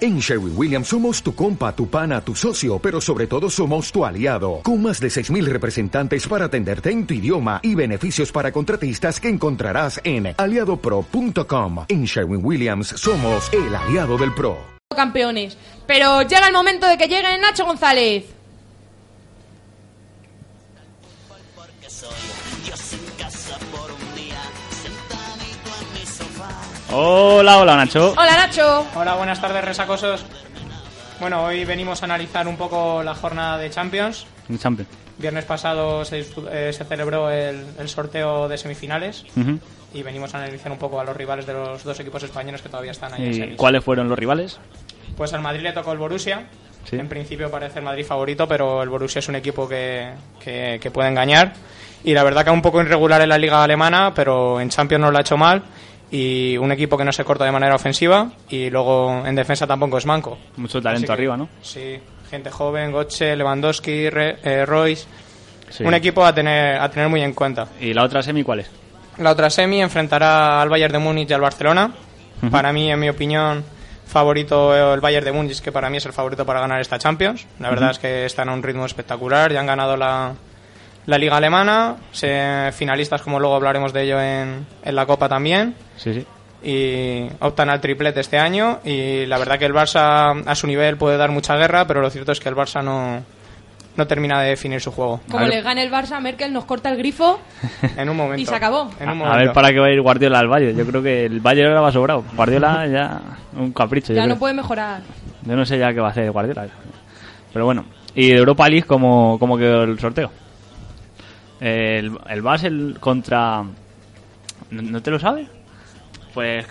En Sherwin Williams somos tu compa, tu pana, tu socio, pero sobre todo somos tu aliado, con más de 6.000 representantes para atenderte en tu idioma y beneficios para contratistas que encontrarás en aliadopro.com. En Sherwin Williams somos el aliado del PRO. Campeones. Pero llega el momento de que llegue Nacho González. Hola, hola Nacho. Hola Nacho. Hola, buenas tardes, resacosos. Bueno, hoy venimos a analizar un poco la jornada de Champions. Un champion. Viernes pasado se, dispu- eh, se celebró el, el sorteo de semifinales Ujú. y venimos a analizar un poco a los rivales de los dos equipos españoles que todavía están ahí. en ¿Y semis. cuáles fueron los rivales? Pues al Madrid le tocó el Borussia. Sí. En principio parece el Madrid favorito, pero el Borussia es un equipo que, que- que puede engañar. Y la verdad que un poco irregular en la liga alemana, pero en Champions no lo ha hecho mal. Y un equipo que no se corta de manera ofensiva y luego en defensa tampoco es manco. Mucho talento Así que- arriba, ¿no? Sí, gente joven, Goche, Lewandowski, Re- eh, Royce. Sí. Un equipo a tener, a tener muy en cuenta. ¿Y la otra semi cuál es? La otra semi enfrentará al Bayern de Múnich y al Barcelona. Para mí, en mi opinión, favorito el Bayern de Múnich, que para mí es el favorito para ganar esta Champions. La verdad es que están a un ritmo espectacular, ya han ganado la, la Liga Alemana, se- finalistas como luego hablaremos de ello en, en la Copa también, Sí, sí. y optan al triplete este año. Y la verdad que el Barça a su nivel puede dar mucha guerra, pero lo cierto es que el Barça no, no termina de definir su juego. Como A ver. le gane el Barça, Merkel nos corta el grifo. En un momento. Y se acabó. En un A- a ver momento. para qué va a ir Guardiola al Valle. Yo creo que el Valle ahora va sobrado. Guardiola ya un capricho. yo Ya no creo. puede mejorar. Yo no sé ya qué va a hacer Guardiola. Pero bueno. ¿Y de Europa League cómo, cómo quedó el sorteo? El, el Basel contra... ¿No, no te lo sabes? Pues...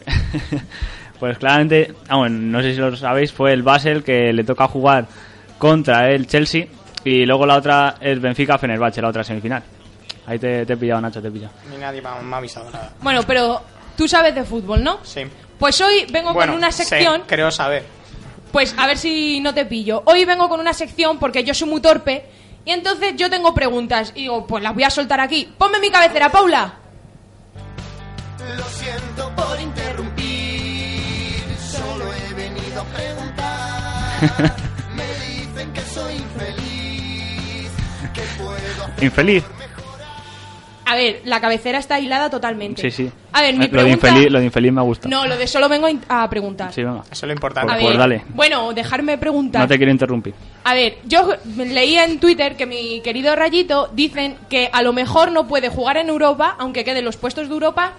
pues claramente... Ah, bueno, no sé si lo sabéis. Fue el Basel que le toca jugar contra el Chelsea. Y luego la otra es Benfica-Fenerbahce, la otra semifinal. Ahí te, te he pillado, Nacho, te he pillado. Ni nadie me ha- me ha avisado nada. Bueno, pero tú sabes de fútbol, ¿no? Sí. Pues hoy vengo Bueno, con una sí, sección. creo saber. Pues a ver si no te pillo. Hoy vengo con una sección porque yo soy muy torpe y entonces yo tengo preguntas y digo, pues las voy a soltar aquí. Ponme mi cabecera, Paula. Lo siento por interrumpir, solo he venido a preguntar. Me dicen que soy infeliz, que puedo hacer Infeliz. A ver, la cabecera está hilada totalmente. Sí, sí. A ver, mi lo, de pregunta... infeliz, lo de infeliz me gusta. No, lo de solo vengo a in- a preguntar. Sí, venga. Eso es lo Por- importante. a pues ver, dale. bueno, dejarme preguntar. No te quiero interrumpir. A ver, yo leía en Twitter que mi querido Rayito dicen que a lo mejor no puede jugar en Europa, aunque quede en los puestos de Europa,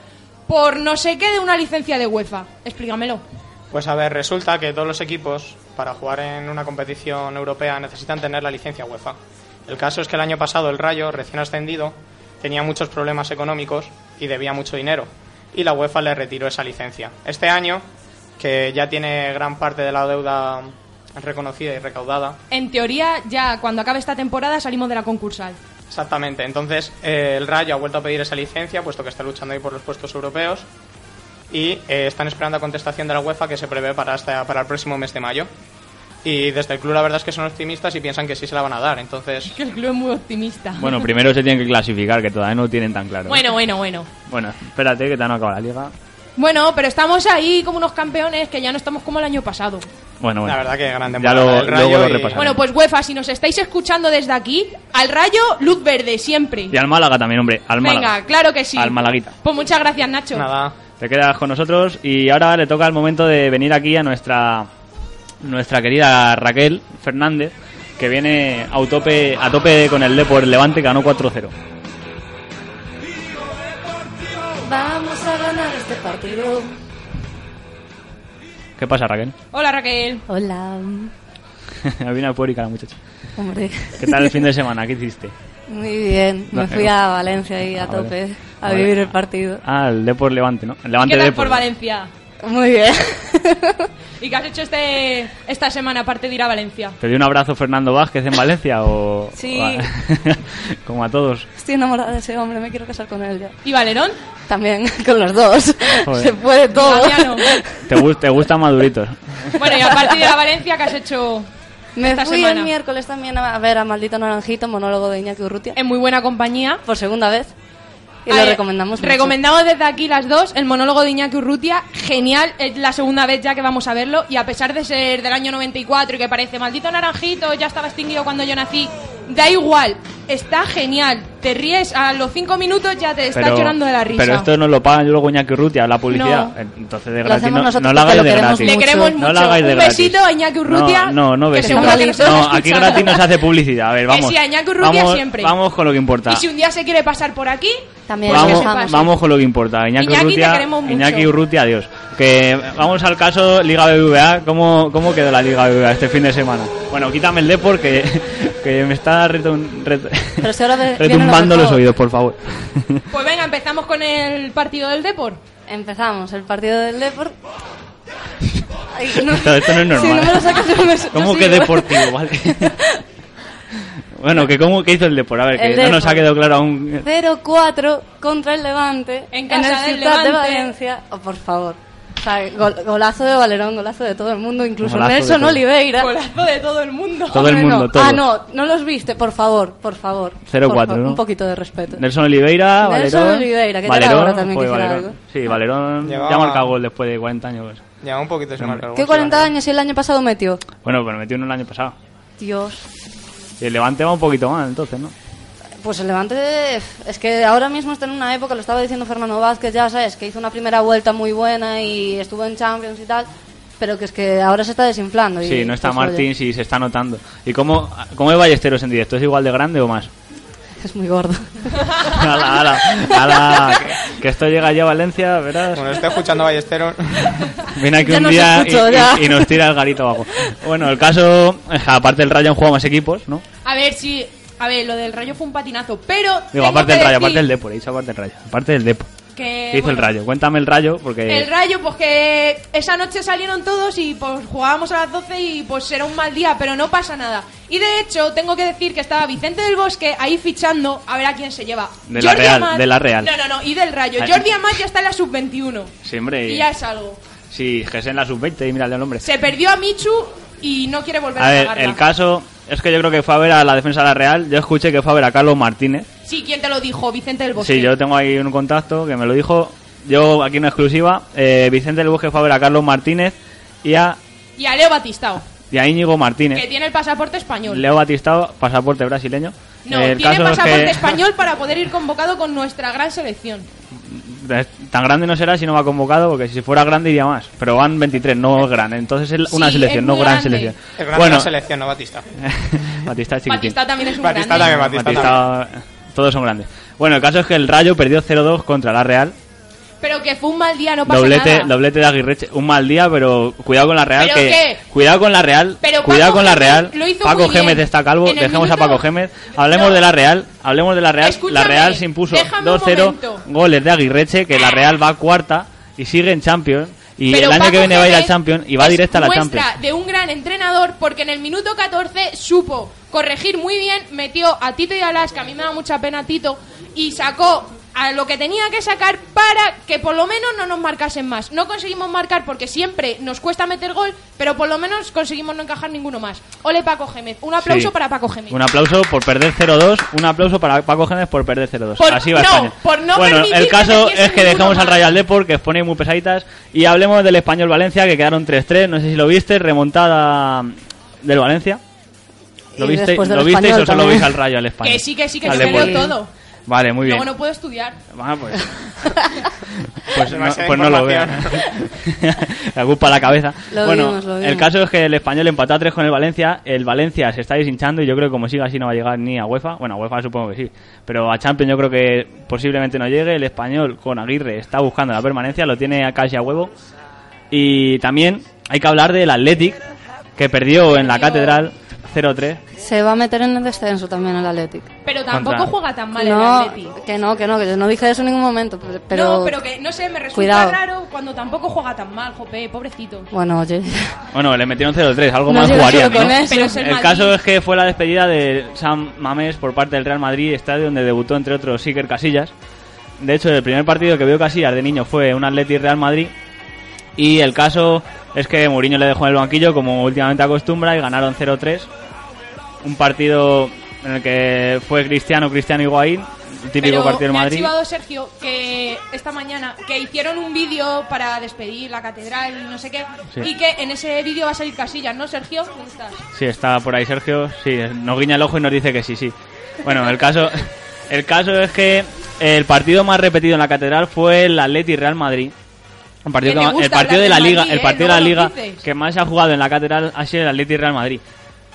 por no sé qué de una licencia de UEFA. Explícamelo. Pues a ver, resulta que todos los equipos para jugar en una competición europea necesitan tener la licencia UEFA. El caso es que el año pasado el Rayo, recién ascendido, tenía muchos problemas económicos y debía mucho dinero. Y la UEFA le retiró esa licencia. Este año, que ya tiene gran parte de la deuda reconocida y recaudada, En teoría, ya cuando acabe esta temporada salimos de la concursal. Exactamente, entonces eh, el Rayo ha vuelto a pedir esa licencia, puesto que está luchando ahí por los puestos europeos, y eh, están esperando contestación de la UEFA que se prevé para, hasta, para el próximo mes de mayo. Y desde el club la verdad es que son optimistas y piensan que sí se la van a dar, entonces... Que el club es muy optimista. Bueno, primero se tienen que clasificar, que todavía no lo tienen tan claro. bueno, bueno, bueno. Bueno, espérate que te han acabado la liga. Bueno, pero estamos ahí como unos campeones que ya no estamos como el año pasado. Bueno, bueno. La verdad que Ya gran temporada lo- del Rayo luego lo y- repasaremos. Bueno, pues UEFA, si nos estáis escuchando desde aquí, al rayo, luz verde, siempre. Y al Málaga también, hombre. Al Venga, Málaga. claro que sí. Al Malaguita. Pues muchas gracias, Nacho. Nada, Te quedas con nosotros y ahora le toca el momento de venir aquí a nuestra nuestra querida Raquel Fernández, que viene a tope, a tope con el Depor Levante, que ganó 4-0. Vamos a ganar este partido. ¿Qué pasa, Raquel? Hola, Raquel. Hola, Viene eufórica la muchacha. hombre. ¿Qué tal el fin de semana? ¿Qué hiciste? Muy bien, me No, fui eh, a Valencia y a vale. tope a Vale. vivir el partido. Ah, el Depor Levante, ¿no? El Levante ¿Qué tal Depor. por Valencia? Muy bien. ¿Y qué has hecho este, esta semana aparte de ir a Valencia? ¿Te dio un abrazo Fernando Vázquez en Valencia o...? Sí. o a- Como a todos. Estoy enamorada de ese hombre, me quiero casar con él ya. ¿Y Valerón? También con los dos. Joder. Se puede todo. Todavía no. Te, gus- te gustan maduritos. Bueno, y aparte de ir a Valencia, ¿qué has hecho? Me Esta fui semana. el miércoles también a ver a Maldito Naranjito, monólogo de Iñaki Urrutia, En muy buena compañía. por segunda vez. Y lo Eh, recomendamos mucho. Recomendamos desde aquí las dos el monólogo de Iñaki Urrutia, genial, es la segunda vez ya que vamos a verlo y a pesar de ser del año 94 y que parece maldito naranjito, ya estaba extinguido cuando yo nací, da igual, está genial, te ríes a los cinco minutos ya te estás pero, llorando de la risa. Pero esto no lo pagan yo luego Iñaki Urrutia, la publicidad. No. Entonces de gratis hacemos no, no nosotros la porque hagáis lo de queremos gratis. Le queremos no mucho. la hagáis de Un gratis. besito a Iñaki Urrutia, No, no, no que besito. seguro que nos No, está aquí escuchando. gratis no se hace publicidad. A ver, vamos. sí, a Iñaki Urrutia vamos, siempre. Vamos con lo que importa. Y si un día se quiere pasar por aquí, También pues que Vamos, se pase. vamos con lo que importa. Iñaki, Iñaki, te Urrutia, queremos mucho. Iñaki Urrutia, adiós. Que vamos al caso Liga BBVA. ¿Cómo, ¿Cómo quedó la Liga BBVA este fin de semana? Bueno, quítame el Depor que, que me está retum- ret- Pero si ahora ve- viene retumbando lo los mejor. oídos, por favor. pues venga, empezamos con el partido del Depor. Empezamos el partido del Deport. Ay, no. Esto- esto no es normal. Si no me lo sacas, yo me- yo ¿Cómo sigo. que deportivo? Vale. bueno, que cómo que hizo el Depor, a ver, que El no nos Depor. ha quedado claro aún. 0-4 contra el Levante En casa el del Ciutat de Levante. Valencia. Oh, por favor. O sea, gol- golazo de Valerón, golazo de todo el mundo, incluso Golazo de Nelson todo. Oliveira. Golazo de todo el mundo. Todo el Hombre, mundo, no. todo. Ah, no, no los viste, por favor, por favor. 0-4, Por favor, ¿no? Un poquito de respeto. Nelson Oliveira, Nelson Valerón. Oliveira, que te Valerón, ahora también joder, que hiciera Valerón. algo. Sí, Valerón Llevaba- ya ha marcado gol después de 40 años. Llevaba un poquito sin Hombre. marcar. ¿Qué gol, 40 sí, años el año pasado metió? Bueno, pero metió uno el año pasado. Dios. Y el Levante va un poquito mal, entonces, ¿no? Pues el Levante es que ahora mismo está en una época, lo estaba diciendo Fernando Vázquez, ya sabes, que hizo una primera vuelta muy buena y estuvo en Champions y tal, pero que es que ahora se está desinflando. y, Sí, no está pues, oye, Martins y se está notando. ¿Y cómo, cómo es Ballesteros en directo? ¿Es igual de grande o más? Es muy gordo. ala, ala, ala, que, que esto llega ya a Valencia, verás. Bueno, está escuchando Ballesteros. Viene aquí Ya un nos día escucho, y- ya. y, y nos tira el garito abajo. Bueno, el caso es que aparte el Rayo han jugado más equipos, ¿no? A ver si. A ver, lo del rayo fue un patinazo, pero. Digo, tengo que aparte del Rayo, decir aparte del Depor, he dicho aparte del Rayo, aparte del Depor. que, ¿Qué hizo el bueno, Rayo? Cuéntame el Rayo, porque... El rayo, pues que esa noche salieron todos y pues jugábamos a las 12 y pues era un mal día, pero no pasa nada. Y de hecho, tengo que decir que estaba Vicente del Bosque ahí fichando a ver a quién se lleva. De la Real, de la Real. No, no, no, y del rayo. Ay. Jordi Amat ya está en la sub-21. Sí, hombre, Y ya es algo. sí, que es en la sub-20 y mira el nombre. Se perdió a Michu y no quiere volver a, A ver, pagarla. el caso es que yo creo que fue a ver a la defensa de la Real, yo escuché que fue a ver a Carlos Martínez. Sí, ¿quién te lo dijo? Vicente del Bosque. Sí, yo tengo ahí un contacto que me lo dijo, yo aquí una exclusiva, eh, Vicente del Bosque fue a ver a Carlos Martínez y a, Y a Leo Batistao, y a Íñigo Martínez. que tiene el pasaporte español. Eh. Leo Batistao, pasaporte brasileño. No, el tiene caso es pasaporte que español para poder ir convocado con nuestra gran selección. tan grande no será si no va convocado, porque si fuera grande iría más. Pero van 23, no es gran. Entonces es una Sí, selección, es no muy gran grande. selección. Es grande bueno, la selección, no Batista. Batista es chiquitín. Batista también es un Batista grande. también, Batista, también. Batista- todos son grandes. Bueno, el caso es que el Rayo perdió 0-2 contra la Real. Pero que fue un mal día, no pasa Doblete, nada. doblete de Aguirreche. Un mal día, pero cuidado con la Real. ¿Pero que, qué? Cuidado con la Real. Pero cuidado Paco con la Gémez Real. lo hizo Paco muy bien. Gémez está calvo. En el Dejemos a minuto- Paco Gémez. Hablemos No. de la Real. Hablemos de la Real. la Escúchame, Real se impuso déjame un 2-0 momento. goles de Aguirreche, que la Real va cuarta y sigue en Champions. Y Pero el año Paco que viene va a ir Gémez al Champions y va es directa a la muestra Champions. de un gran entrenador porque en el minuto 14 supo corregir muy bien, metió a Tito y a Las, que a mí me da mucha pena Tito, y sacó a lo que tenía que sacar para que por lo menos no nos marcasen más. No conseguimos marcar porque siempre nos cuesta meter gol, pero por lo menos conseguimos no encajar ninguno más. Ole Paco Gémez, un aplauso Sí. para Paco Gémez. Un aplauso por perder 0-2. Un aplauso para Paco Gémez por perder 0-2. Por- Así va no, España. por no bueno, permitir el que caso metiesen es que ninguno dejamos al más. Real Depor, que os pone muy pesaditas. Y hablemos del Español Valencia, que quedaron 3-3. No sé si lo viste, remontada del Valencia. ¿Lo Y viste, después del ¿lo visteis Español o solo también. veis al Rayo, al Español? que sí, que sí, que Al me lo Depor. veo todo. Vale, muy bien. Luego no puedo estudiar. Ah, pues. pues, no, Demasiada pues no lo veo. información. la culpa a la cabeza. Lo bueno, vimos, lo el vimos. caso es que el español empató a 3 con el Valencia. El Valencia se está deshinchando y yo creo que como siga así no va a llegar ni a UEFA. Bueno, a UEFA supongo que sí. Pero a Champions yo creo que posiblemente no llegue. El español con Aguirre está buscando la permanencia, lo tiene casi a huevo. Y también hay que hablar del Athletic, que perdió en la catedral 0-3. Se va a meter en el descenso también el Athletic. Pero tampoco Contra- juega tan mal no, el Atleti. que no, que no, que yo no dije eso en ningún momento, pe- pero... no, pero que no sé, me resulta Cuidado. raro cuando tampoco juega tan mal, jope, pobrecito. Bueno, oye, Bueno, le metieron 0-3, algo No más llego jugarían, solo con ¿no? eso. Pero es el El Madrid. caso es que fue la despedida de Sam Mamés por parte del Real Madrid, estadio donde debutó entre otros Iker Casillas. De hecho, el primer partido que vio Casillas de niño fue un Atleti Real Madrid. Y el caso es que Mourinho le dejó en el banquillo, como últimamente acostumbra, y ganaron 0-3. Un partido en el que fue Cristiano, Cristiano Higuaín. el típico Pero partido del me ha Madrid. chivado Sergio que esta mañana que hicieron un vídeo para despedir la catedral y no sé qué Sí. y que en ese vídeo va a salir Casillas, ¿no, Sergio? ¿Dónde estás? Sí, está por ahí Sergio. Sí, nos guiña el ojo y nos dice que sí, sí. Bueno, el caso, el caso es que el partido más repetido en la catedral fue el Atleti Real Madrid. Un partido Que que te ma- el gusta partido hablar de del la liga, Madrid, el ¿eh? partido de la Luego liga nos dices. que más se ha jugado en la catedral ha sido el Atleti Real Madrid.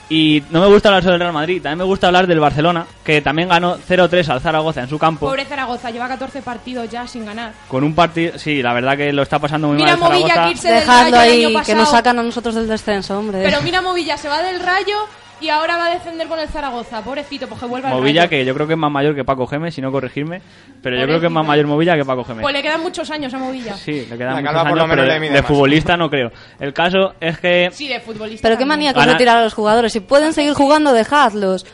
Y no me gusta hablar solo del Real Madrid, también me gusta hablar del Barcelona, que también ganó 0-3 al Zaragoza en su campo. Pobre Zaragoza, lleva 14 partidos ya sin ganar. Con un partido, sí, la verdad que lo está pasando muy Mira mal el Movilla, Zaragoza. Kirse del Dejadlo Rayo el ahí, año que pasado. nos sacan a nosotros del descenso, hombre. Pero mira Movilla, se va del Rayo y ahora va a descender con el Zaragoza. Pobrecito, pues que vuelva al Movilla, Rayo. que yo creo que es más mayor que Paco Gemes, si no corregirme, pero yo creo que es más Pobrecito. mayor Movilla que Paco Gemes. Pues le quedan muchos años a Movilla. Sí, Sí, le quedan La muchos calva por años, lo menos pero le de, mide de más. futbolista no creo. El caso es que... Sí, de futbolista. Pero qué también. maníacos de Ganar- tirar a los jugadores. Si pueden seguir jugando, dejadlos.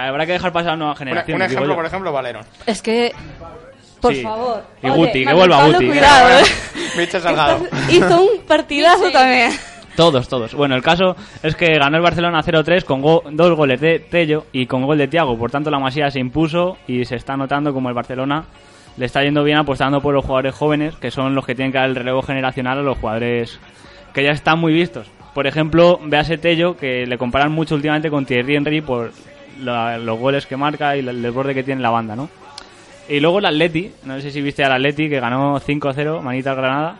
habrá que dejar pasar a la nueva Un, generación. un digo ejemplo, yo. por ejemplo, Valero. Es que. Por Sí. favor. Y Guti, que Manuel vuelva Pablo, Guti. Cuidado, eh. Michel Salgado. Estás- Hizo un partidazo ¿eh? Sí. también. Todos, todos. Bueno, el caso es que ganó el Barcelona 0-3 con go- dos goles de Tello y con gol de Tiago. Por tanto, la Masía se impuso y se está notando como el Barcelona le está yendo bien apostando por los jugadores jóvenes, que son los que tienen que dar el relevo generacional a los jugadores que ya están muy vistos. Por ejemplo, véase Tello, que le comparan mucho últimamente con Thierry Henry por la- los goles que marca y la- el desborde que tiene en la banda, ¿no? Y luego el Atleti, no sé si viste al Atleti, que ganó 5-0, manita al Granada.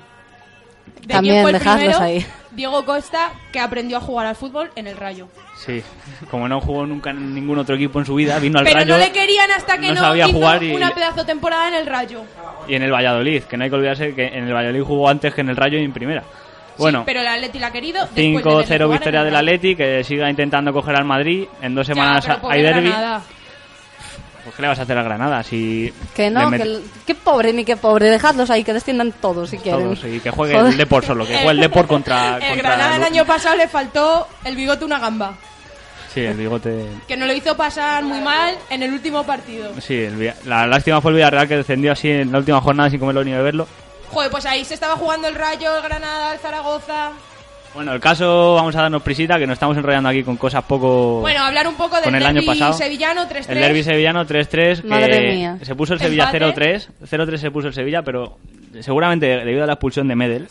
¿De También quién fue el dejadlos primero? ahí. Diego Costa, que aprendió a jugar al fútbol en el Rayo. Sí, como no jugó nunca en ningún otro equipo en su vida, vino al Pero Rayo no le querían hasta que no no, sabía hizo jugar y- una pedazo temporada en el Rayo. y en el Valladolid, que no hay que olvidarse que en el Valladolid jugó antes que en el Rayo y en primera. Sí, Bueno, pero el Atleti la ha querido. después de verle 5-0 jugar victoria en el del Rayo. Atleti, que siga intentando coger al Madrid. En dos Ya, semanas pero pobre hay derby. Granada. Pues, ¿Qué le vas a hacer a Granada? Si Que le no, met- que, el- qué pobre ni qué pobre. Dejadlos ahí, que desciendan todos si quieren. todos, y que juegue Joder. el Depor solo, que juegue el Depor contra. El Ah, contra Granada el Lu- año pasado le faltó el bigote una gamba, Sí, el bigote. que no lo hizo pasar muy mal en el último partido. Sí, el Villa- la lástima fue el Villarreal que descendió así en la última jornada sin comerlo ni beberlo. Joder, pues ahí se estaba jugando el Rayo, el Granada, el Zaragoza. Bueno, el caso, vamos a darnos prisita, que nos estamos enrollando aquí con cosas poco. Bueno, hablar un poco del con el derbi año pasado. sevillano 3-3. El derbi sevillano 3-3. que Madre mía. Se puso el Sevilla Empate. 0-3. 0-3 se puso el Sevilla, pero seguramente debido a la expulsión de Medel,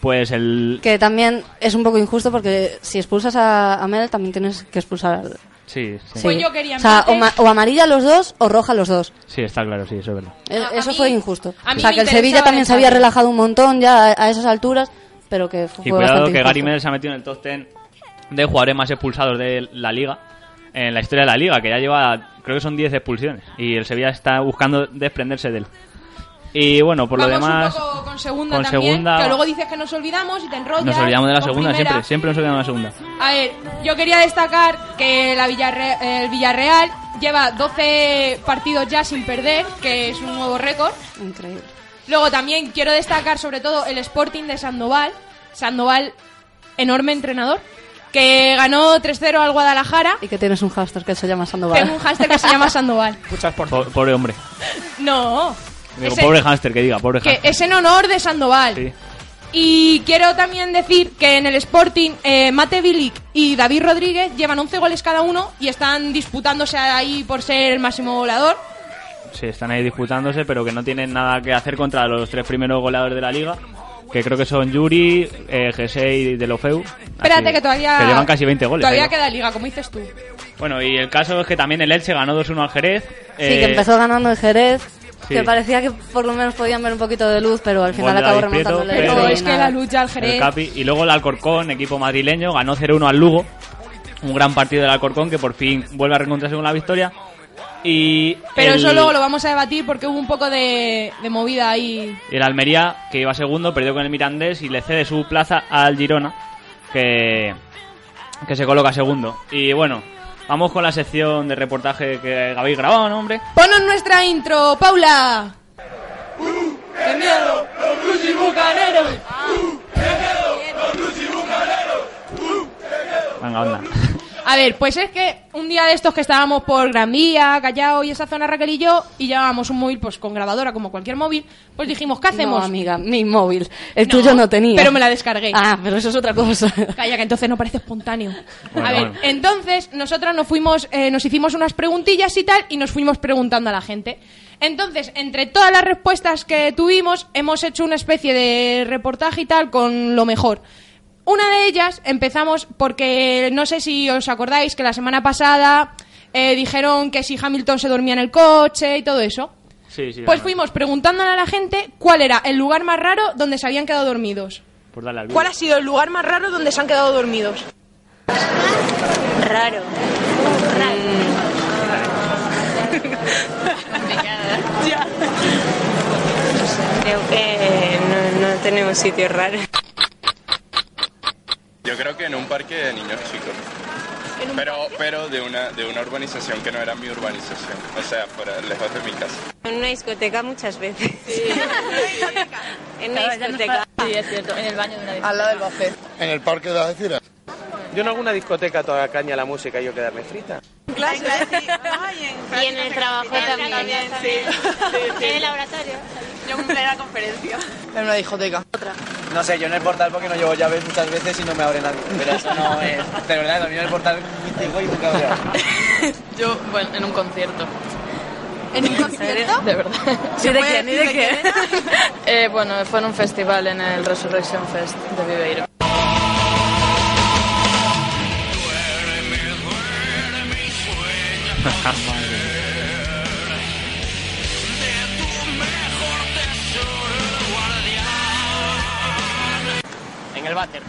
pues el. Que también es un poco injusto porque si expulsas a, a Medel también tienes que expulsar al... Sí, sí, sí. Pues yo quería o, sea, o, ma- empate. o amarilla los dos o roja los dos. Sí, está claro, sí, eso es verdad. E- A- a Eso mí- fue injusto. a mí O sea, me que el interesaba Sevilla también se el había empate. relajado un montón ya a, a esas alturas, pero que fue Y cuidado bastante que Gary injusto. Medel se ha metido en el top 10 de jugadores más expulsados de la liga, en la historia de la liga, que ya lleva, creo que son 10 expulsiones. Y el Sevilla está buscando desprenderse de él. Y bueno, por Vamos lo demás. un poco con segunda con también, segunda- que luego dices que nos olvidamos y te enrollas. Nos olvidamos de la con segunda pues primera. siempre, siempre nos olvidamos de la segunda. A ver, yo quería destacar que la Villarre- el Villarreal lleva 12 partidos ya sin perder, que es un nuevo récord. Increíble. Luego también quiero destacar sobre todo el Sporting de Sandoval. Sandoval, enorme entrenador, que ganó 3-0 al Guadalajara. Y que tienes un hashtag que se llama Tengo un Sandoval. hashtag que se llama Sandoval. Muchas por Po- Pobre hombre. No. Digo, ese- pobre hámster, que diga, pobre que hámster. es en honor de Sandoval. Sí. Y quiero también decir que en el Sporting, eh, Mate Bilic y David Rodríguez llevan 11 goles cada uno y están disputándose ahí por ser el máximo goleador. Ah, Sí, están ahí disputándose, pero que no tienen nada que hacer contra los tres primeros goleadores de la liga, que creo que son Yuri, eh, Gese y Delofeu. Así Espérate que todavía. Que llevan casi 20 goles. Todavía ahí va. queda liga, como dices tú. Bueno, y el caso es que también el Elche ganó 2-1 al Jerez. Sí, que empezó ganando el Jerez. Eh, sí. Que parecía que por lo menos podían ver un poquito de luz, pero al Un final gol de acabó David Prieto, remontándole. Pero Pero Sí, es que nada. la lucha al El Jerez. Capi. Y luego el Alcorcón, equipo madrileño, ganó 0-1 al Lugo. Un gran partido del Alcorcón que por fin vuelve a reencontrarse con la victoria. Y Pero el- eso luego lo vamos a debatir porque hubo un poco de, de movida ahí. El Almería, que iba segundo, perdió con el Mirandés y le cede su plaza al Girona, que, que se coloca segundo. Y bueno, vamos con la sección de reportaje que habéis grabado, ¿no, hombre? Ponos nuestra intro, Paula. ¡Qué miedo! Venga, onda. A ver, pues es que un día de estos que estábamos por Gran Vía, Callao y esa zona Raquel y yo, y llevábamos un móvil pues con grabadora como cualquier móvil, pues dijimos, ¿qué hacemos? No, amiga, mi móvil. El tuyo no tenía. Pero me la descargué. Ah, pero eso es otra cosa. Calla, que entonces no parece espontáneo. Bueno, a ver, bueno. entonces nosotras nos fuimos, eh, nos hicimos unas preguntillas y tal, y nos fuimos preguntando a la gente. Entonces, entre todas las respuestas que tuvimos, hemos hecho una especie de reportaje y tal con lo mejor. Una de ellas empezamos porque no sé si os acordáis que la semana pasada eh, dijeron que si Hamilton se dormía en el coche y todo eso. Sí, sí. Pues ahora. fuimos preguntándole a la gente cuál era el lugar más raro donde se habían quedado dormidos. Por darle al ¿Cuál ha sido el lugar más raro donde se han quedado dormidos? Raro. Ya. Creo que no, no tenemos sitio raro. Yo creo que en un parque de niños chicos. Pero, pero de una de una urbanización que no era mi urbanización, o sea, fuera, lejos de mi casa. En una discoteca muchas veces. en una discoteca. Al lado del buffet. En el parque de las Algeciras. Yo en alguna discoteca toda caña la música y yo quedarme frita. Y en el trabajo también. En el laboratorio. Yo en plena conferencia. En una discoteca. No sé, yo en el portal porque no llevo llaves muchas veces y no me abre nadie. Pero eso no es. De verdad, dormí en el portal mítico y nunca abrió. Yo, bueno, en un concierto. ¿En un concierto? De verdad. Sí, ¿de quién? ¿Y de quién? Eh, bueno, fue en un festival en el Resurrection Fest de Viveiro. En el váter.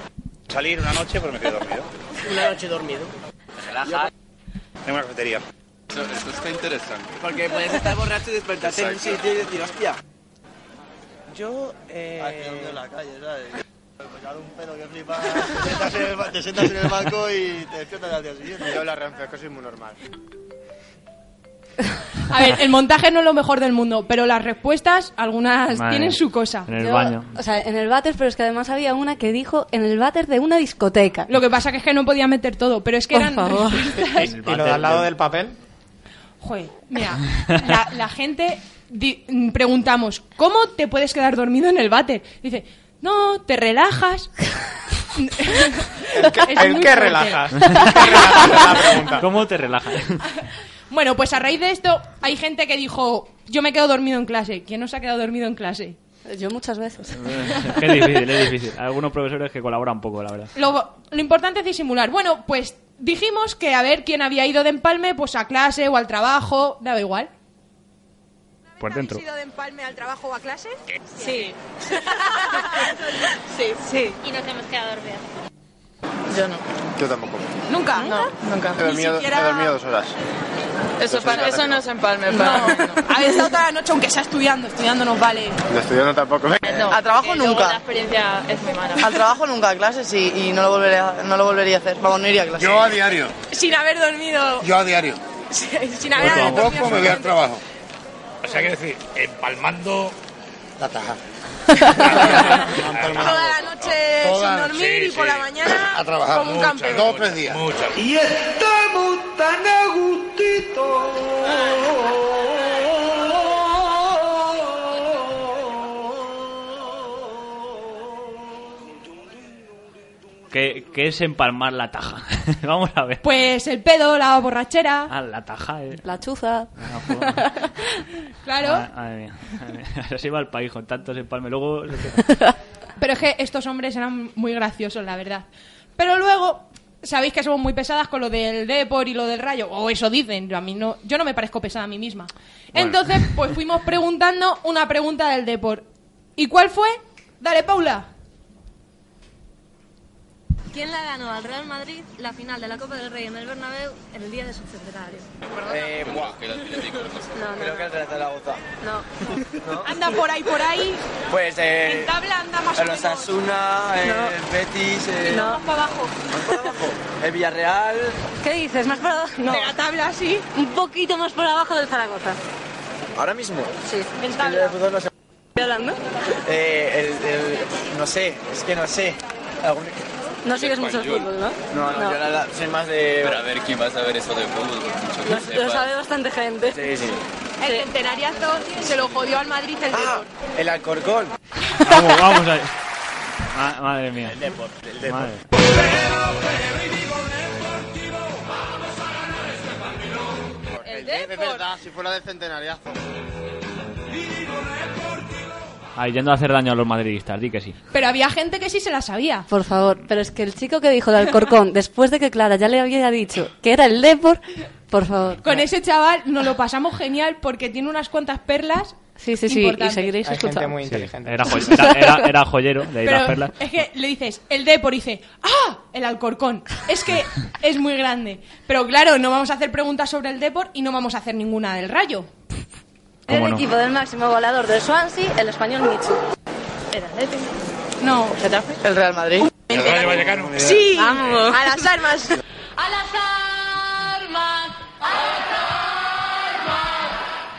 Salir una noche pero me quedé dormido. Una noche dormido. Relaja. En una cafetería. Eso, eso está interesante. Porque puedes estar borracho y despertarte en un sitio y decir, hostia. Yo, eh... la calle, ¿sabes? Pues un pedo que flipa. Te sientas en el ba- Te sientas en el banco y te despiertas al día siguiente. Yo la renfe, que soy muy normal. A ver, el montaje no es lo mejor del mundo, pero las respuestas, algunas Madre tienen mía. su cosa. En el Yo, baño. O sea, en el váter, pero es que además había una que dijo en el váter de una discoteca. Lo que pasa que es que no podía meter todo, pero es que Por eran favor. respuestas- En el ¿Y lo de váter al lado del- del papel? Joder, mira, la, la gente di- mm, preguntamos, ¿cómo te puedes quedar dormido en el váter? Dice, no, te relajas. ¿El que, Es el muy que fuerte. relajas? ¿El que relajas? Es la pregunta. ¿Cómo te relajas? Bueno, pues a raíz de esto hay gente que dijo, yo me quedo dormido en clase. ¿Quién no se ha quedado dormido en clase? Yo muchas veces. es difícil, ¿eh? es difícil. Hay algunos profesores que colaboran poco, la verdad. Lo, lo importante es disimular. Bueno, pues dijimos que a ver quién había ido de empalme, pues a clase o al trabajo, daba igual. Por dentro. de empalme al trabajo o a clase? Sí. Sí. sí. Y nos hemos quedado dormidos. Yo no. Yo tampoco. ¿Nunca? No, nunca. He dormido, he dormido dos horas. Eso, para- para, eso eso no no es empalme. No, habéis estado toda la noche, aunque sea estudiando, estudiando nos vale. De estudiando tampoco. A trabajo nunca. Eh, La experiencia es muy mala. Al trabajo nunca, a clases y, y no, lo volveré a, no lo volvería a hacer. Vamos, no iría a clases. Yo a diario. Sin haber dormido, Yo a diario. sin haber dormido. me voy al trabajo. O sea, quiero decir, empalmando... La taja. Toda la noche Toda- sin dormir sí, y por sí. la mañana A trabajar. como un Muchas, campeón. Dos o tres días. Muchas. Y estamos tan a gustito. ¿Qué, qué es empalmar la taja? Vamos a ver. Pues el pedo, la borrachera, Ah, la taja, eh. La chuza. Ah, joder. claro. Ah, Madre mía. madre mía. Así va el país con tantos empalmes. Luego. Pero es que estos hombres eran muy graciosos, la verdad. Pero luego, sabéis que somos muy pesadas con lo del Depor y lo del Rayo, o eso dicen, yo a mí no, yo no me parezco pesada a mí misma. Entonces, pues fuimos preguntando una pregunta del Depor. ¿Y cuál fue? Dale, Paula. ¿Quién la ganó al Real Madrid la final de la Copa del Rey en el Bernabéu en el día de su centenario? Eh, buah. No, Creo que el Real la gozado. no, no. Anda por ahí, por ahí. Pues, eh... Tabla anda más o El menos. Osasuna, el Betis, eh, No. Más para abajo. por abajo, el Villarreal... ¿Qué dices? ¿Más para abajo? De la tabla, sí. Un poquito más por abajo del Zaragoza. Ahora mismo, Sí. En yo de fútbol no sé. ¿Estoy hablando? Eh, el, el- no sé, es que no sé. Algún- No sigues mucho el fútbol, ¿no? No, no, yo la verdad soy más de... Pero a ver, ¿quién va a saber eso de fútbol? Mucho que Lo sepa. sabe bastante gente. Sí, sí. El centenariazo se lo jodió al Madrid Ah. el deporte. Ah, El Alcorcón. Vamos, vamos ahí. Ma- madre mía. El deporte, el deporte. El de es verdad, si fuera de centenariazo. Ahí yendo a hacer daño a los madridistas, di que sí. Pero había gente que sí se la sabía. Por favor, pero es que el chico que dijo de Alcorcón, después de que Clara ya le había dicho que era el Depor, por favor. Con ese chaval nos lo pasamos genial porque tiene unas cuantas perlas. Sí, sí, sí, importantes. y seguiréis Hay gente escuchando. muy Sí, Era, joy- era, era- era joyero, de ahí las Pero perlas. es que le dices, el Depor, y dice, ¡ah! El Alcorcón. Es que es muy grande. Pero claro, no vamos a hacer preguntas sobre el Depor y no vamos a hacer ninguna del Rayo. Era ¿Cómo el no? equipo del máximo goleador del Swansea, el español Michu. ¿Era Atlético? No. El Real Madrid. El Rayo Vallecano. Sí. Vamos. A las armas. A las armas, a las armas,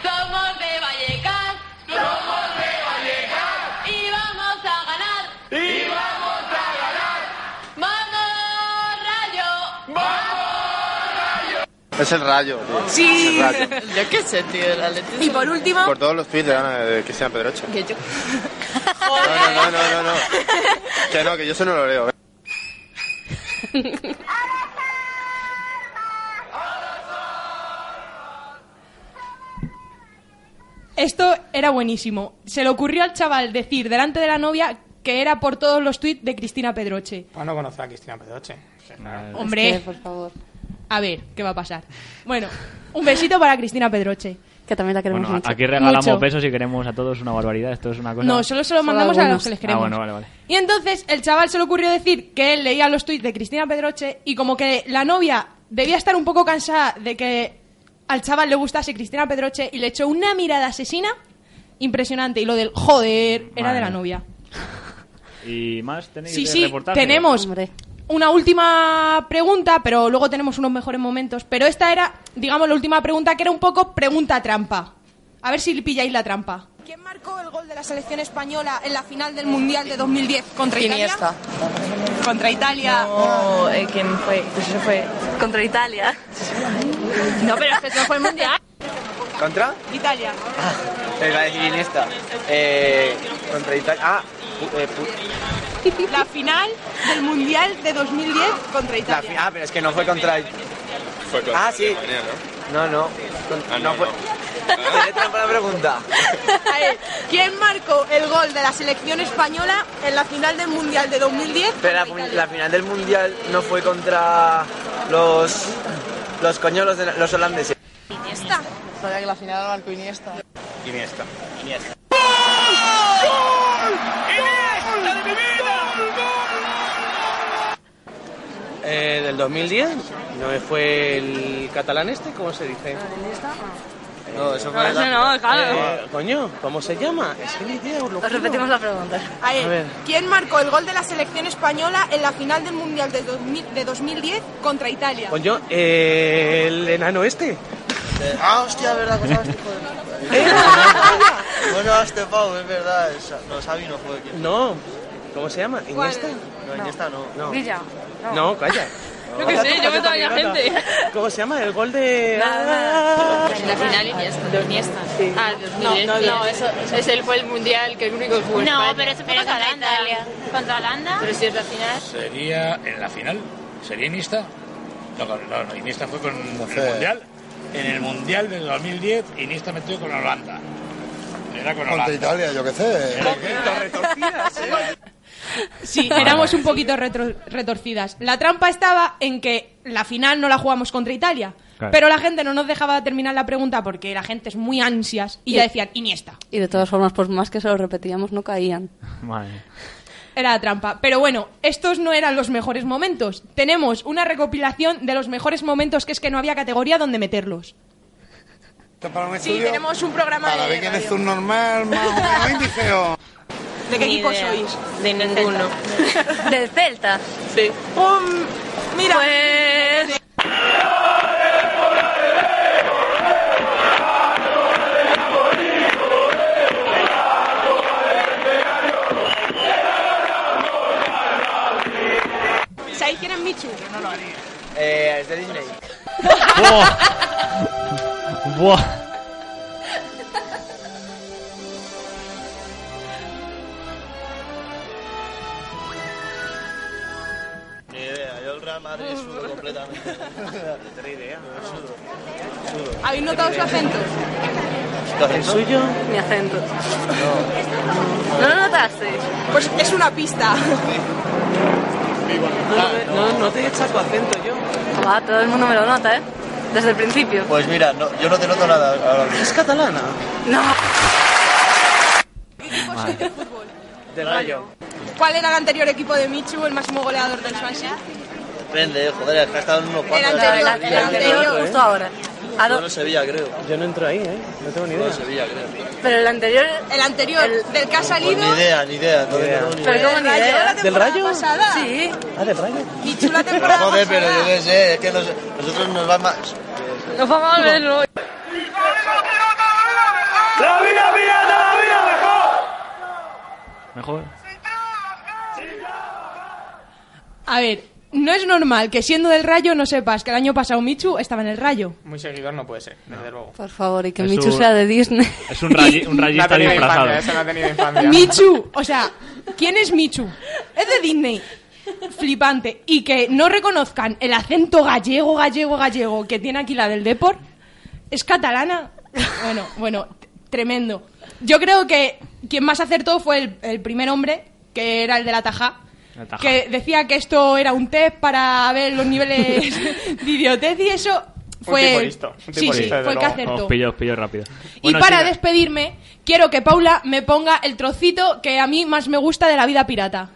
somos de Vallecas, somos de Vallecas, y vamos a ganar, y vamos a ganar, vamos rayo, vamos Es el rayo, tío. Sí. Es el rayo. Yo qué sé, tío, el Atlético. Y por último. Por todos los tweets de Ana de Cristian Pedroche. Que yo. No, no, no, no, no. Que no, que yo eso no lo leo. eh. Esto era buenísimo. Se le ocurrió al chaval decir delante de la novia que era por todos los tuits de Cristina Pedroche. Para Pues no conocer a Cristina Pedroche. Hombre. Es que, por favor. A ver, ¿qué va a pasar? Bueno, un besito para Cristina Pedroche. Que también la queremos Bueno, mucho. aquí regalamos Mucho. besos y queremos a todos una barbaridad. Esto es una cosa. No, solo se lo mandamos a los que les Ah, queremos. bueno, vale, vale. Y entonces el chaval se le ocurrió decir que él leía los tuits de Cristina Pedroche y como que la novia debía estar un poco cansada de que al chaval le gustase Cristina Pedroche y le echó una mirada asesina impresionante y lo del joder era Madre de la mía. novia. ¿Y más tenéis Sí, de sí, reportaje? tenemos una última pregunta, pero luego tenemos unos mejores momentos. Pero esta era, digamos, la última pregunta que era un poco pregunta trampa. A ver si pilláis la trampa. ¿Quién marcó el gol de la selección española en la final del Mundial de 2010 contra Italia? Contra Italia. No, eh, ¿quién fue? Pues eso fue. Contra Italia. No, pero es que eso fue el mundial. ¿Contra? Italia. Te iba a decir Iniesta. Eh, contra Italia. Ah, pu- eh, pu- La final del Mundial de 2010 contra la fi- ah, pero es que no fue contra. Fue contra Ah, sí. Alemania, Ah, No, no. Con- no, fue. Seré trampa la pregunta. A ver, ¿Quién marcó el gol de la selección española en la final del Mundial de 2010? Pero la, fi- la final del mundial no fue contra los. Los coñolos de los holandeses. Iniesta. Sabía que la final marcó Iniesta. Iniesta. Iniesta. Eh, del 2010, ¿no fue el catalán este? ¿Cómo se dice? No, eso No, ese no, claro. Eh, coño, ¿cómo se llama? Es que ni idea, os lo juro. pregunta. A A ver. ver, ¿quién marcó el gol de la selección española en la final del Mundial de, 2000 de 2010 contra Italia? Coño, eh, el enano este. Ah, hostia, verdad, cosa más tipo Bueno, este pavo, es verdad. es- No, Xavi no fue quien. No, ¿cómo se llama? ¿Cuál? ¿Iniesta? No, Iniesta no. No. Villa. No, calla. Yo qué sé, yo me sabía gente. ¿Cómo se llama? El gol de. En la final Iniesta. De Iniesta. Ah, 2010. No, no, no, eso- es el fue el mundial que el único que jugó España. No, pero eso fue contra Italia. Contra Holanda. Pero si es la final. Sería en la final. ¿Sería Iniesta? No, no, no, Iniesta fue con sé. el Mundial. En el Mundial del 2010, Iniesta metió con Holanda. Era con Holanda. Contra Italia, yo qué sé. Sí, éramos un poquito retro- retorcidas. La trampa estaba en que la final no la jugamos contra Italia. Claro. Pero la gente no nos dejaba terminar la pregunta porque la gente es muy ansias y ya decían Iniesta. Y de todas formas, por más que se lo repetíamos, no caían. Era la trampa. Pero bueno, estos no eran los mejores momentos. Tenemos una recopilación de los mejores momentos que es que no había categoría donde meterlos. Para un Sí, estudio, tenemos un programa Para de ver quién es radio. un normal, más o menos índice o. ¿De qué Ni equipo idea. sois? De ninguno. ¿Del Celta? Sí. mira. Pues... no lo haría. Eh, es de Disney. Buah. Ni idea, Eh, yo el Real Madrid sudo completamente. Ni idea. Sudo. Sudo. ¿Habéis notado su acento? ¿El suyo? Mi acento. ¿No lo notaste? Pues es una pista. No, no te he tu acento yo. Va, todo el mundo me lo nota, ¿eh? Desde el principio. Pues mira, no, yo no te noto nada ahora mismo. ¿Es catalana? No. De rayo. ¿Cuál era el anterior equipo de Michu, el máximo goleador del Swansea? Depende, eh, joder, es que ha estado en unos cuantos. anterior, el anterior justo ahora. ¿A Yo dó- no Sevilla, creo. Yo no entro ahí, ¿eh? No tengo ni Yo no idea. Sevilla, creo. Pero el anterior... El anterior, del que ha Pues salido... ni idea, ni idea. no tengo ni idea. Pero cómo ni Rayo, idea. la temporada pasada. Sí. Ah, de rayo. Michu la Pero temporada joder, pero pasada. yo qué sé, es que nos- nosotros nos va más. Nos vamos a verlo. ¡La vida pirata, la vida mejor! Mejor. A ver, no es normal que siendo del Rayo no sepas que el año pasado Michu estaba en el Rayo. Muy seguidor no puede ser, desde luego. Por favor, y que Es Michu un- sea de Disney. Es un, rayi- un No ha rayista tenido disfrazado. infancia, eso no ha tenido infancia. Michu, o sea, ¿quién es Michu? Es de Disney. Flipante. Y que no reconozcan el acento gallego, gallego, gallego que tiene aquí la del Depor. Es catalana. Bueno, bueno, t- tremendo. Yo creo que quien más acertó fue el, el primer hombre, que era el de la Tajá. La taja. Que decía que esto era un test para ver los niveles de idiotez y eso fue. tipo listo, un tipo sí, sí, listo, desde fue el que luego. acertó. Os pillo, os pillo rápido. Y Bueno, para chica, despedirme, quiero que Paula me ponga el trocito que a mí más me gusta de la vida pirata.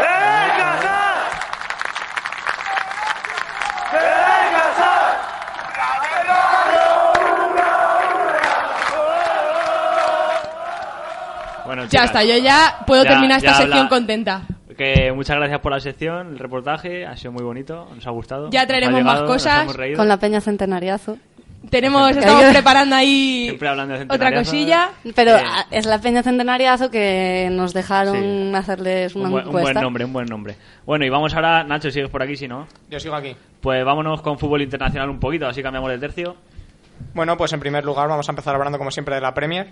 ¡Queréis casar! ¡Queréis casar! bueno, Ya chicas, está, yo ya puedo ya- terminar ya esta sección habla- contenta. Que muchas gracias por la sección, el reportaje, ha sido muy bonito, nos ha gustado. Ya nos ha traeremos llegado, más nos cosas hemos reído. Con la peña centenariazo. Tenemos, Siempre. estamos Hay que- preparando ahí Siempre hablando de otra centenariazo. cosilla. Pero Bien. ah, es la peña centenariazo que nos dejaron Sí. hacerles una un, buen, un buen encuesta. nombre, un buen nombre. Bueno, y vamos ahora, Nacho, sigues por aquí, si no. Yo sigo aquí. Pues vámonos con fútbol internacional un poquito, así cambiamos de tercio. Bueno, pues en primer lugar vamos a empezar hablando como siempre de la Premier.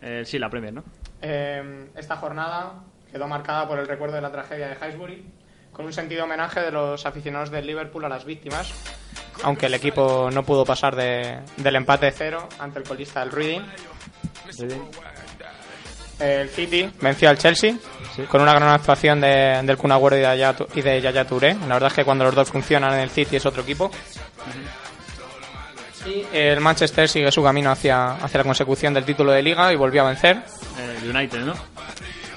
Eh, sí, la Premier, ¿no? Eh, esta jornada quedó marcada por el recuerdo de la tragedia de Highbury, con un sentido homenaje de los aficionados del Liverpool a las víctimas, aunque el equipo no pudo pasar de- del empate cero ante el colista del Reading. El City venció al Chelsea con una gran actuación de- del Kun Agüero y de, Yaya, Tu- y de Yaya Touré. La verdad es que cuando los dos funcionan en el City es otro equipo. Y el Manchester sigue su camino hacia, hacia la consecución del título de liga y volvió a vencer. El Eh, United, ¿no?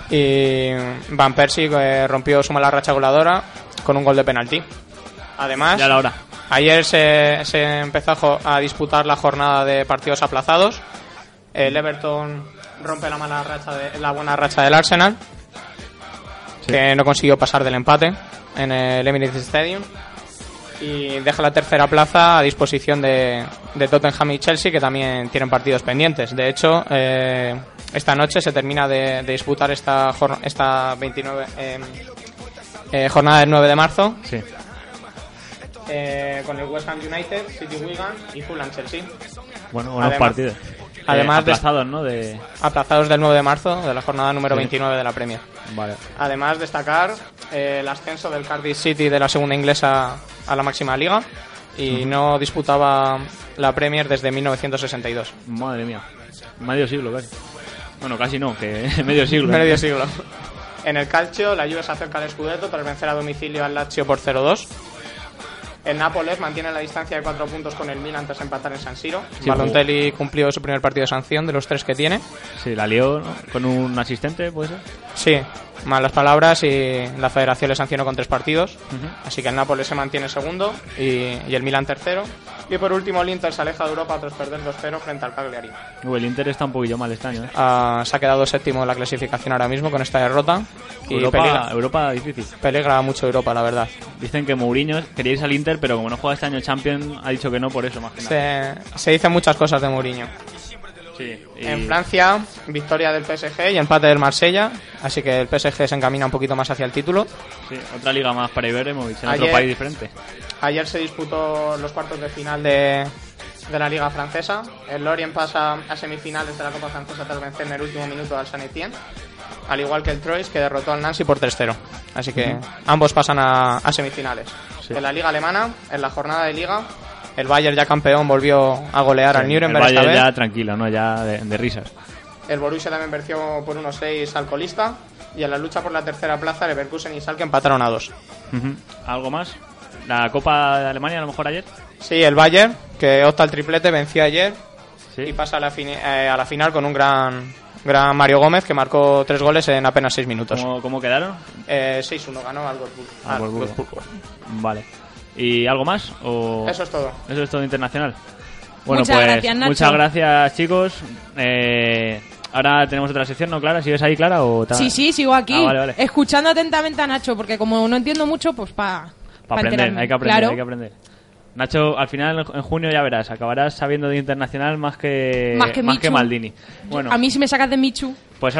Y Van Persie eh, rompió su mala racha goleadora con un gol de penalti. Además, Ya la hora. ayer se, se empezó a jo- a disputar la jornada de partidos aplazados. El Everton rompe la mala racha de, la buena racha del Arsenal, que no consiguió pasar del empate en el Emirates Stadium y deja la tercera plaza a disposición de, de Tottenham y Chelsea, que también tienen partidos pendientes. De hecho, eh, esta noche se termina de, de disputar esta, jor- esta 29, eh, eh, jornada del 9 de marzo Sí. eh, con el West Ham United, City Wigan y Fulham Chelsea. Bueno, buenos Además- partidos. Eh, además de- aplazados, ¿no? De... Aplazados del 9 de marzo de la jornada número Sí. 29 de la Premier. Vale. Además, destacar eh, el ascenso del Cardiff City de la segunda inglesa a la máxima liga y no disputaba la Premier desde 1962. Madre mía. Medio siglo casi. Bueno, casi no, que medio siglo. ¿eh? Medio siglo. En el calcio, la Juve se acerca al Scudetto tras vencer a domicilio al Lazio por 0-2. El Nápoles mantiene la distancia de 4 puntos con el Milan tras empatar en San Siro. Sí. Balotelli cumplió su primer partido de sanción de los tres que tiene. Sí, la lió ¿no? con un asistente, puede ser. Sí, malas palabras y la federación le sancionó con tres partidos. Así que el Nápoles se mantiene segundo y, y el Milan tercero. Y por último, el Inter se aleja de Europa tras perder 2-0 frente al Cagliari. Uy, el Inter está un poquillo mal este año, ¿eh? Ah, se ha quedado séptimo en la clasificación ahora mismo con esta derrota. Y Europa, peligra, Europa difícil. peligra mucho Europa, la verdad. Dicen que Mourinho quería irse al Inter, pero como no juega este año Champions, ha dicho que no por eso, más que nada. Se, se dicen muchas cosas de Mourinho. Sí. y- En Francia, victoria del PSG y empate del Marsella, así que el PSG se encamina un poquito más hacia el título. sí, otra liga más para Iberemovich, en Ayer- otro país diferente. Ayer se disputó los cuartos de final de, de la Liga Francesa. El Lorient pasa a semifinales de la Copa Francesa tras vencer en el último minuto al San Etienne, al igual que el Troyes que derrotó al Nancy por 3-0. Así que Ujú. ambos pasan a, a semifinales. Sí. En la Liga Alemana, en la jornada de Liga, el Bayern ya campeón volvió a golear al Sí, el Nuremberg Bayern esta vez. ya tranquilo, ¿no? Ya de, de risas. El Borussia también venció por 1-6 al colista. Y en la lucha por la tercera plaza, Leverkusen y Salke empataron a 2. Ujú. ¿Algo más? ¿La Copa de Alemania a lo mejor ayer? Sí, el Bayern, que opta al triplete, venció ayer. Y pasa a la, fini- eh, a la final con un gran, gran Mario Gómez, que marcó tres goles en apenas seis minutos. ¿Cómo, cómo quedaron? Eh, 6-1 ganó al Wolfsburg. Ah, Al Wolfsburgo. Wolfsburgo. Vale. ¿Y algo más? O... Eso es todo. Eso es todo internacional. Bueno, Muchas pues gracias, Nacho. muchas gracias, chicos. Eh, ahora tenemos otra sección, ¿no, Clara? ¿Sigues ahí, Clara? O ta- Sí, sí, sigo aquí. Ah, vale, vale. Escuchando atentamente a Nacho, porque como no entiendo mucho, pues para. Para aprender, hay que aprender, hay que aprender. Nacho, al final en junio ya verás, acabarás sabiendo de internacional más que Más que Michu. Maldini. Bueno, A mí si me sacas de Michu. pues